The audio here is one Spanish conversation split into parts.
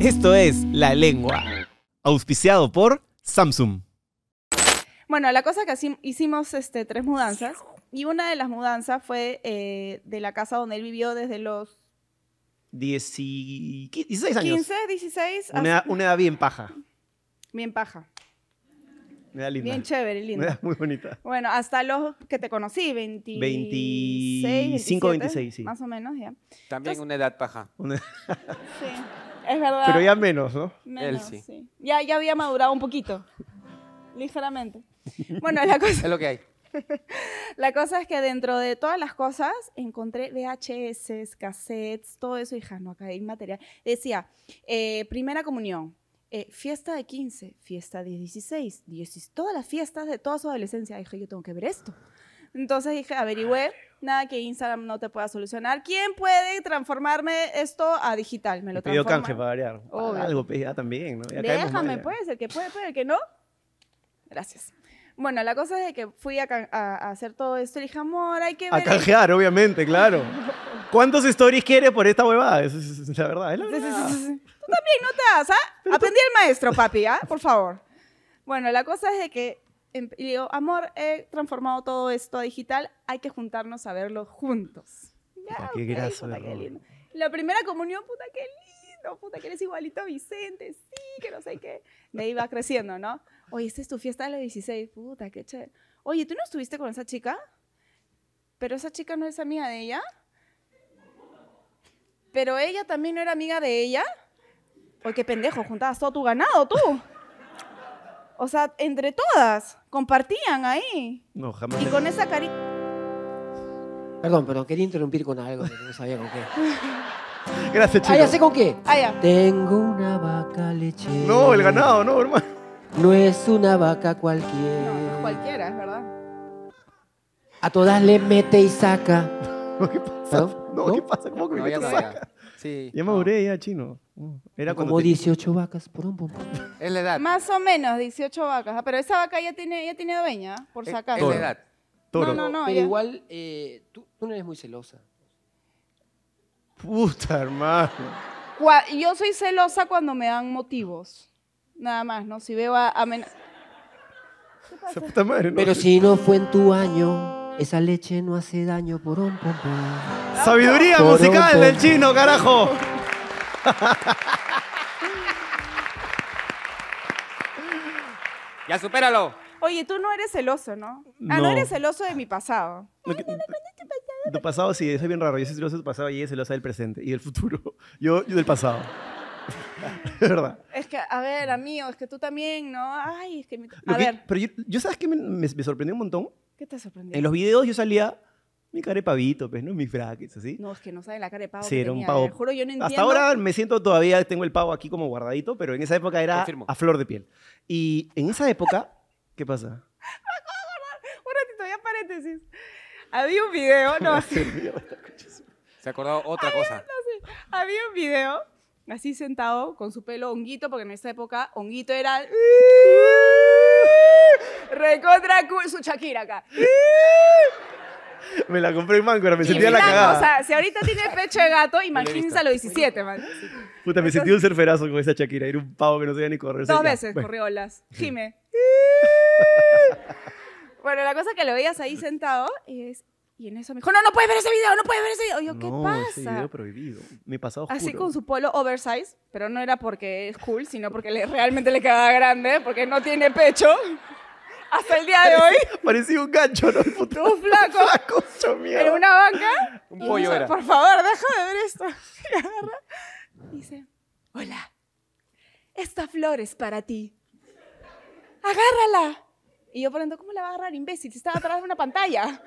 Esto es La Lengua. Auspiciado por Samsung. Bueno, la cosa que hacim- hicimos este, tres mudanzas y una de las mudanzas fue eh, de la casa donde él vivió desde los 16 años. 15, 16, Una, edad, hasta- una edad bien paja. bien paja, Una edad linda. bien chévere, una lindo. edad muy bonita. Bueno, hasta los que te conocí, 26, 25, 26, sí. Más o menos, ya. También una edad paja. Una- Sí, es verdad. Pero ya menos, ¿no? Menos, Él sí. sí. Ya, ya había madurado un poquito, ligeramente. Bueno, la cosa, Es lo que hay. La cosa es que dentro de todas las cosas encontré VHS, cassettes, todo eso, hija, no, acá hay material. Decía, eh, primera comunión, eh, fiesta de 15, fiesta de 16, 16, todas las fiestas de toda su adolescencia. Dije, yo tengo que ver esto. Entonces dije, averigüé, nada que Instagram no te pueda solucionar. ¿Quién puede transformarme esto a digital? Me lo Me pidió transforma. canje para variar. Obvio. Algo pedía también, ¿no? Ya caemos mal, Déjame, ya. pues, el que puede, puede, el que no. Gracias. Bueno, la cosa es de que fui a, can- a- a hacer todo esto. Le dije, amor, hay que A ver. esto". canjear, obviamente, claro. ¿Cuántos stories quiere por esta huevada? Esa Es, es la verdad, es la Sí, sí, sí, verdad. sí, sí. Tú también no te das, ¿ah? Aprendí el maestro, papi, ¿ah? Por favor. Bueno, la cosa es de que em- y le digo, amor, he transformado todo esto a digital, hay que juntarnos a verlo juntos. Puta, Ya, qué ok, graso puta, de qué Roma. lindo. La primera comunión, puta, qué lindo, puta, que eres igualito a Vicente, sí, que no sé qué. De ahí va creciendo, ¿no? Oye, esta es tu fiesta de los 16, puta, qué chévere. Oye, ¿tú no estuviste con esa chica? Pero esa chica no es amiga de ella. Pero ella también no era amiga de ella. Oye, qué pendejo, juntabas todo tu ganado, tú. O sea, entre todas, compartían ahí. No, jamás. Y con esa carita. Perdón, perdón, quería interrumpir con algo, pero no sabía con qué. Gracias, Ah, ya sé chicos. con qué. Ah, ya. Tengo una vaca lechera. No, el ganado, no, hermano. No es una vaca cualquiera. No, no es cualquiera, es verdad. A todas le mete y saca. ¿Qué pasa? ¿Perdón? No, ¿No? ¿qué pasa? ¿Cómo que No, me ya te no saca? era. Sí. Ya no. maduré, ya chino. Uh, Era Como cuando te- 18 vacas por un pom. Es la edad. Más o menos 18 vacas. ah, Pero esa vaca ya tiene, ya tiene dueña, ¿ah? por Es- si acaso. Es la edad. toro. No, no, no. Pero ya. igual, eh, tú, tú no eres muy celosa. Puta, hermano. Cua- Yo soy celosa cuando me dan motivos. Nada más, ¿no? Si veo a. a men- Esa puta madre, ¿no? Pero si no fue en tu año, esa leche no hace daño por un pom. pom. Sabiduría Toro, musical toro. del chino, carajo. Ya supéralo. Oye, tú no eres celoso, ¿no? Ah, no. No. eres celoso de mi pasado. No, que- Tu pasado sí, soy bien raro. Yo soy celoso de tu pasado y ella es celosa del presente y del futuro. Yo, yo del pasado. De verdad. Es que, a ver, amigo, es que tú también, ¿no? Ay, es que. mi- Lo A que- ver, Pero yo, yo ¿sabes qué me, me- me sorprendió un montón? ¿qué te En sorprendió? los videos yo salía mi cara de pavito, pues, ¿no? Mis brackets, así. No, es que no sabe la cara de pavo. Sí, que era un tenía, pavo. te Juro, yo no entiendo. Hasta ahora me siento todavía, tengo el pavo aquí como guardadito, pero en esa época era Confirmo. a flor de piel. Y en esa época, ¿qué pasa? Un ratito, ya paréntesis. Había un video, no, Se acordó otra cosa. había un video así sentado con su pelo honguito, porque en esa época honguito era recontra cool, su Shakira acá. me la compré en Mango, me Y sentía la blanco, cagada. O sea, si ahorita tiene pecho de gato, imagínense visto. a los 17, man. Puta, me sentí un surferazo con esa Shakira. Era un pavo que no sabía ni correr. o sea, Dos ya, veces bueno. corrió olas. Jime. bueno, la cosa es que lo veías ahí sentado y, es- y en eso me dijo, no, no puedes ver ese video, no puedes ver ese video. Y yo, ¿qué no, ese pasa? video prohibido. Mi pasado oscuro. Así con su polo oversize, pero no era porque es cool, sino porque le- realmente le quedaba grande, porque no tiene pecho. Hasta el día de hoy, Parecía un gancho, ¿no? El puto todo flaco, flaco, hecho mierda. en una banca. Un y pollo dice, era. Por favor, deja de ver esto. Y agarra, y dice, hola, esta flor es para ti. Agárrala. Y yo por dentro, ¿cómo la va a agarrar, imbécil? Si estaba atrás de una pantalla.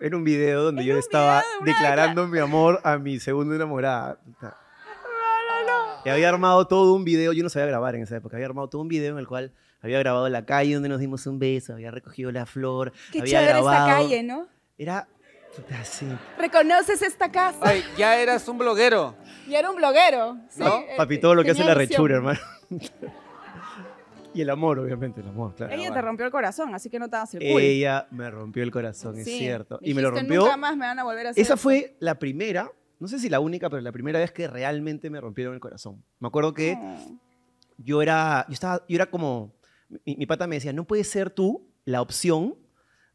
Era un video donde Era yo un estaba video de una declarando mi amor a mi segunda enamorada. Puta. No, no, no. Y había armado todo un video, yo no sabía grabar en esa época, había armado todo un video en el cual había grabado la calle donde nos dimos un beso, había recogido la flor, Qué había chévere grabado. esta calle, ¿no? Era puta, sí. ¿Reconoces esta casa? Ay, ya eras un bloguero. Y era un bloguero. sí, ¿No? eh, Papi, todo lo que hace tenía la visión. rechura, hermano. y el amor, obviamente, el amor, claro. Ella te bueno. rompió el corazón, así que no te hagas el culo. Ella me rompió el corazón, es Sí, cierto. me Y me lo dijiste, rompió. Nunca más me van a volver a hacer Esa esto". fue la primera, No sé si la única, pero la primera vez que realmente me rompieron el corazón. Me acuerdo que No. yo era, yo estaba, yo era como, mi, mi pata me decía, no puedes ser tú la opción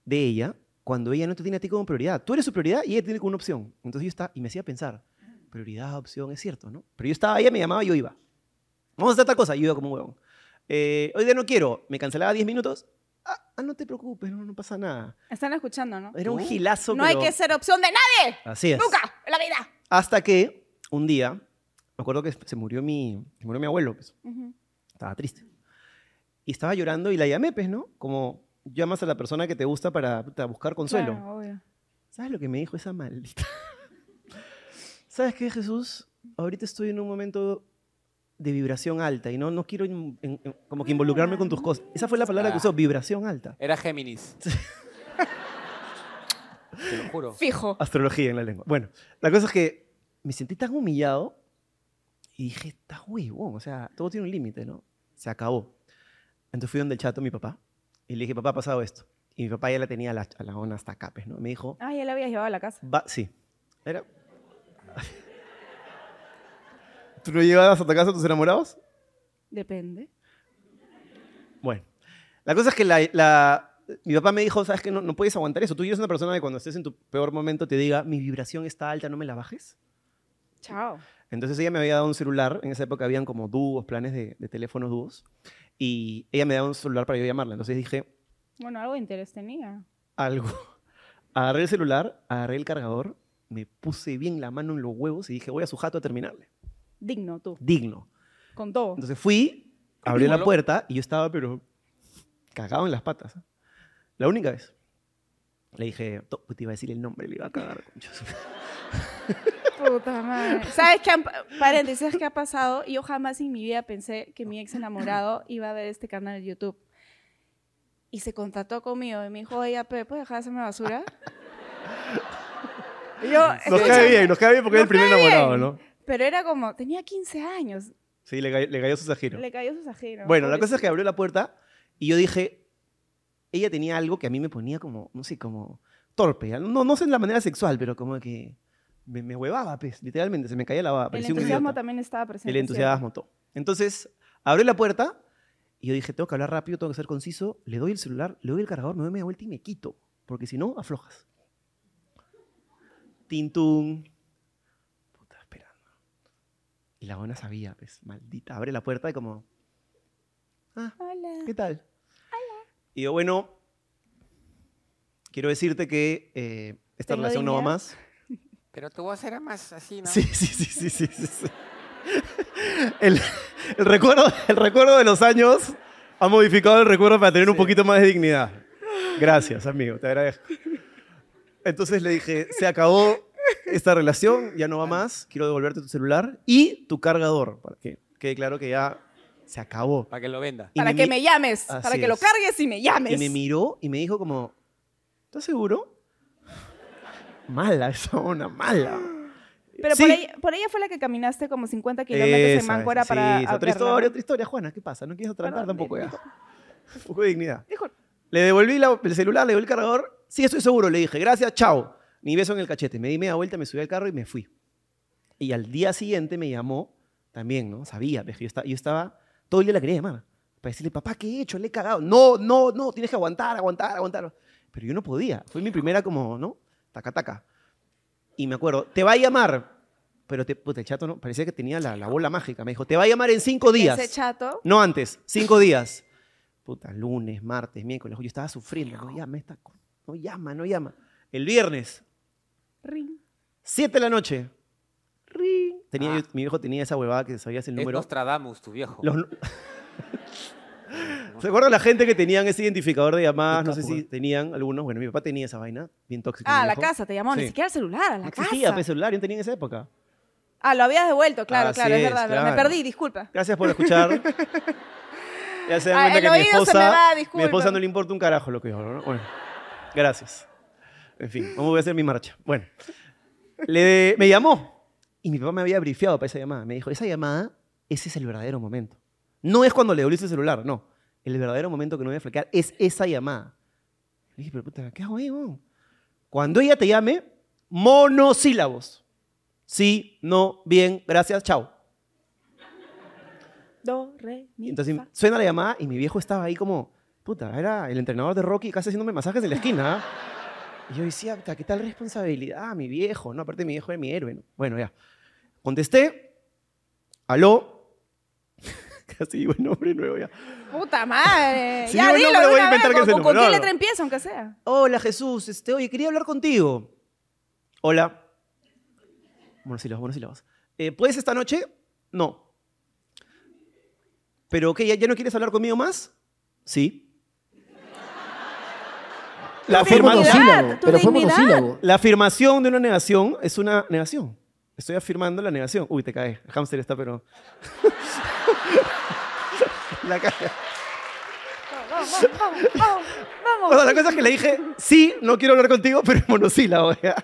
de ella cuando ella no te tiene a ti como prioridad. Tú eres su prioridad y ella te tiene como una opción. Entonces yo estaba, y me hacía pensar, prioridad, opción, es cierto, ¿no? Pero yo estaba, ella me llamaba y yo iba. Vamos a hacer tal cosa, yo iba como un huevón. Eh, hoy día no quiero, me cancelaba 10 minutos. Ah, ah, no te preocupes, no, no pasa nada. Están escuchando, ¿no? Era un gilazo. No hay pero- que ser opción de nadie. Así es. Nunca en la vida. Hasta que un día, me acuerdo que se murió mi, se murió mi abuelo, pues. Ujú. Estaba triste. Y estaba llorando y la llamé, pues, ¿no? Como llamas a la persona que te gusta para puta, buscar consuelo. Claro, obvio. ¿Sabes lo que me dijo esa maldita? ¿Sabes qué, Jesús? Ahorita estoy en un momento de vibración alta y no, no quiero in- en- en- como que involucrarme con tus cosas. Esa fue la palabra que usó, vibración alta. Era Géminis. Te lo juro. Fijo. Astrología en la lengua. Bueno, la cosa es que me sentí tan humillado y dije, está huevón, o sea, todo tiene un límite, ¿no? Se acabó. Entonces fui donde el chato, mi papá, y le dije, papá, ha pasado esto. Y mi papá ya la tenía a la, a la ona hasta acá, pues, ¿no? Me dijo, Ah, ya la habías llevado a la casa. va, sí. Era... ¿Tú no llevabas hasta casa a tus enamorados? Depende. Bueno, la cosa es que la, la- mi papá me dijo, sabes que no, no puedes aguantar eso. Tú eres una persona que cuando estés en tu peor momento te diga, mi vibración está alta, no me la bajes. Chao. Entonces ella me había dado un celular, en esa época habían como dúos, planes de, de teléfonos dúos, y ella me daba un celular para yo llamarla. Entonces dije, Bueno, algo de interés tenía. algo. Agarré el celular, agarré el cargador, me puse bien la mano en los huevos y dije, voy a su jato a terminarle. Digno tú. Digno. Con todo. Entonces fui, abrí la Igual- puerta y yo estaba, pero cagado en las patas. ¿eh? La única vez. Le dije, "To- pues, te iba a decir el nombre, le iba a cagar. concha de su madre". Puta madre. ¿Sabes qué? han pa- Paréntesis, ¿sabes qué ha pasado? Yo jamás en mi vida pensé que mi ex enamorado iba a ver este canal de YouTube. Y se contactó conmigo y me dijo, oye, Pepe, ¿puedes dejar de hacerme basura? Y yo, Nos escúchame, cae bien, nos cae bien porque es el nos primer cae enamorado, bien. ¿no? Pero era como, tenía 15 años. Sí, le, cayó- le cayó su sajiro. Le cayó su sajero. Bueno, la cosa es que abrió la puerta y yo dije, ella tenía algo que a mí me ponía como, no sé, como torpe. No, no sé en la manera sexual, pero como que me, me huevaba, pues, literalmente, se me caía la baba. El parecía un entusiasmo idiota. también estaba presente. El entusiasmo, todo. Entonces, abrió la puerta y yo dije, tengo que hablar rápido, tengo que ser conciso, le doy el celular, le doy el cargador, me doy media vuelta y me quito, porque si no, aflojas. Tintún. Puta, esperando. Y la buena sabía, pues, maldita, abre la puerta y como, ah, ¿cierto? Hola. ¿Qué tal? Y yo, bueno, quiero decirte que eh, esta Tengo relación no va dignidad. más. Pero tu voz era más así, ¿no? Sí, sí, sí, sí, sí, sí, sí. El, el recuerdo, el recuerdo de los años ha modificado el recuerdo para tener un poquito más de dignidad. Gracias, amigo, te agradezco. Entonces le dije, se acabó esta relación, ya no va más, quiero devolverte tu celular y tu cargador, para que quede claro que ya se acabó. Para que lo venda. Y Para me que mi- me llames. Así para que lo es. cargues y me llames. y me miró y me dijo como, ¿estás seguro? Mala esa onda, mala. Pero Sí. por, ella, por ella fue la que caminaste como 50 kilómetros en Esa, Máncora esa, para. sí, es a otra verla, historia, ¿no? otra historia, Juana, ¿qué pasa? No quieres atrampar Perdón, tampoco, ya. disculpa. Un poco de dignidad. Disculpa. Le devolví la- el celular, le devolví el cargador. Sí, estoy seguro, le dije, gracias, chao. Ni beso en el cachete. Me di media vuelta, me subí al carro y me fui. Y al día siguiente me llamó también, ¿no? Sabía, pues, que yo, esta- yo estaba, todo el día la quería llamar. Para decirle, papá, ¿qué he hecho? Le he cagado. No, no, no, tienes que aguantar, aguantar, aguantar. Pero yo no podía. Fue mi primera como, ¿no? Taca, taca. Y me acuerdo, te va a llamar. Pero te, puta, el chato no, parecía que tenía la, la bola mágica. Me dijo, te va a llamar en cinco días. Ese chato. No antes, cinco días. Puta, lunes, martes, miércoles. Yo estaba sufriendo. No llama, esta co- no llama, no llama. El viernes, Ring. 7 de la noche. Ring. Tenía, Ah. yo- mi viejo tenía esa huevada que sabías el Es número. Nostradamus, tu viejo. Los nu- ¿Se acuerdan la gente que tenían ese identificador de llamadas? No sé si tenían algunos. Bueno, mi papá tenía esa vaina, bien tóxica. Ah, mi a la viejo. casa te llamó, ni Sí. siquiera al celular, a la No casa. existía pues, celular, yo no tenía en esa época. Ah, lo habías devuelto, claro, Así claro, es es, verdad. claro. Me perdí, disculpa. Gracias por escuchar. ya se dan Ah, cuenta el que mi oído se me esposa, va, mi disculpa. esposa no le importa un carajo lo que yo hablo, ¿no? Bueno, gracias. En fin, ¿cómo voy a hacer mi marcha? Bueno, le- me llamó y mi papá me había brifeado para esa llamada. Me dijo, esa llamada, ese es el verdadero momento. No es cuando le devolviste el celular, no. El verdadero momento que no voy a flaquear es esa llamada. Le dije, pero puta, ¿qué hago ahí, huevón? Cuando ella te llame, monosílabos. sí, no, bien, gracias, chao. Do, re, mi, Y Entonces fa. suena la llamada y mi viejo estaba ahí como, puta, era el entrenador de Rocky casi haciéndome masajes en la esquina. ¿ah? Y yo decía, puta, ¿qué tal responsabilidad? Mi viejo, ¿no? Aparte mi viejo era mi héroe. ¿no? Bueno, ya. Contesté, aló. casi digo el nombre nuevo ya. Puta madre. Si ya digo el dilo, nombre, de voy a una vez, inventar que con, es el con- con nombre. qué No, no. letra empieza, aunque sea. Hola Jesús, este, oye, quería hablar contigo. Hola. Monosílabos, monosílabos. Eh, ¿Puedes esta noche? No. ¿Pero qué? ¿Ya, ya no quieres hablar conmigo más? Sí. La, Fue afirma- monosílabo. monosílabo, tu pero fue dignidad. monosílabo. la afirmación de una negación es una negación. Estoy afirmando la negación. Uy, te caes. El hámster está, pero. la cae. Vamos, vamos, vamos, O vamos. sea, la cosa es que le dije, sí, no quiero hablar contigo, pero monosílabo. ya.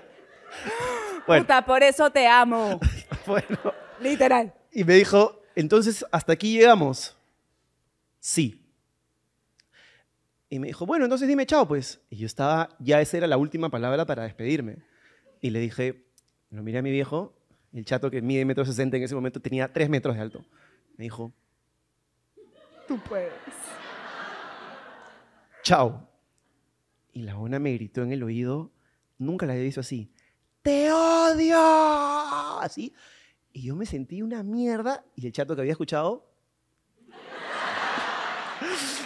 Bueno, Puta, por eso te amo. bueno. Literal. Y me dijo, entonces, ¿hasta aquí llegamos? Sí. Y me dijo, bueno, entonces dime chao, pues. Y yo estaba, ya esa era la última palabra para despedirme. Y le dije, lo miré a mi viejo, el chato que mide metro sesenta en ese momento tenía tres metros de alto. Me dijo, Tú puedes. chao. Y la una me gritó en el oído, nunca la había visto así, ¡te odio! Así. Y yo me sentí una mierda y el chato que había escuchado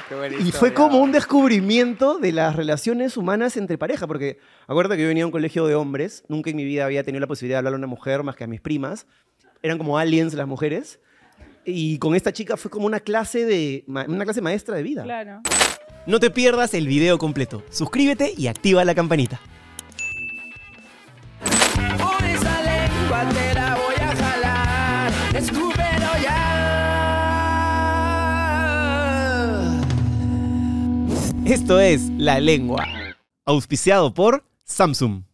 Qué buena Y fue historia. como un descubrimiento de las relaciones humanas entre pareja, porque acuérdate que yo venía a un colegio de hombres, nunca en mi vida había tenido la posibilidad de hablar a una mujer más que a mis primas, eran como aliens las mujeres, y con esta chica fue como una clase, de, ma- una clase maestra de vida. Claro. No te pierdas el video completo. Suscríbete y activa la campanita. Con esa lengua te la voy a jalar. Escúpelo ya. Esto es La Lengua. Auspiciado por Samsung.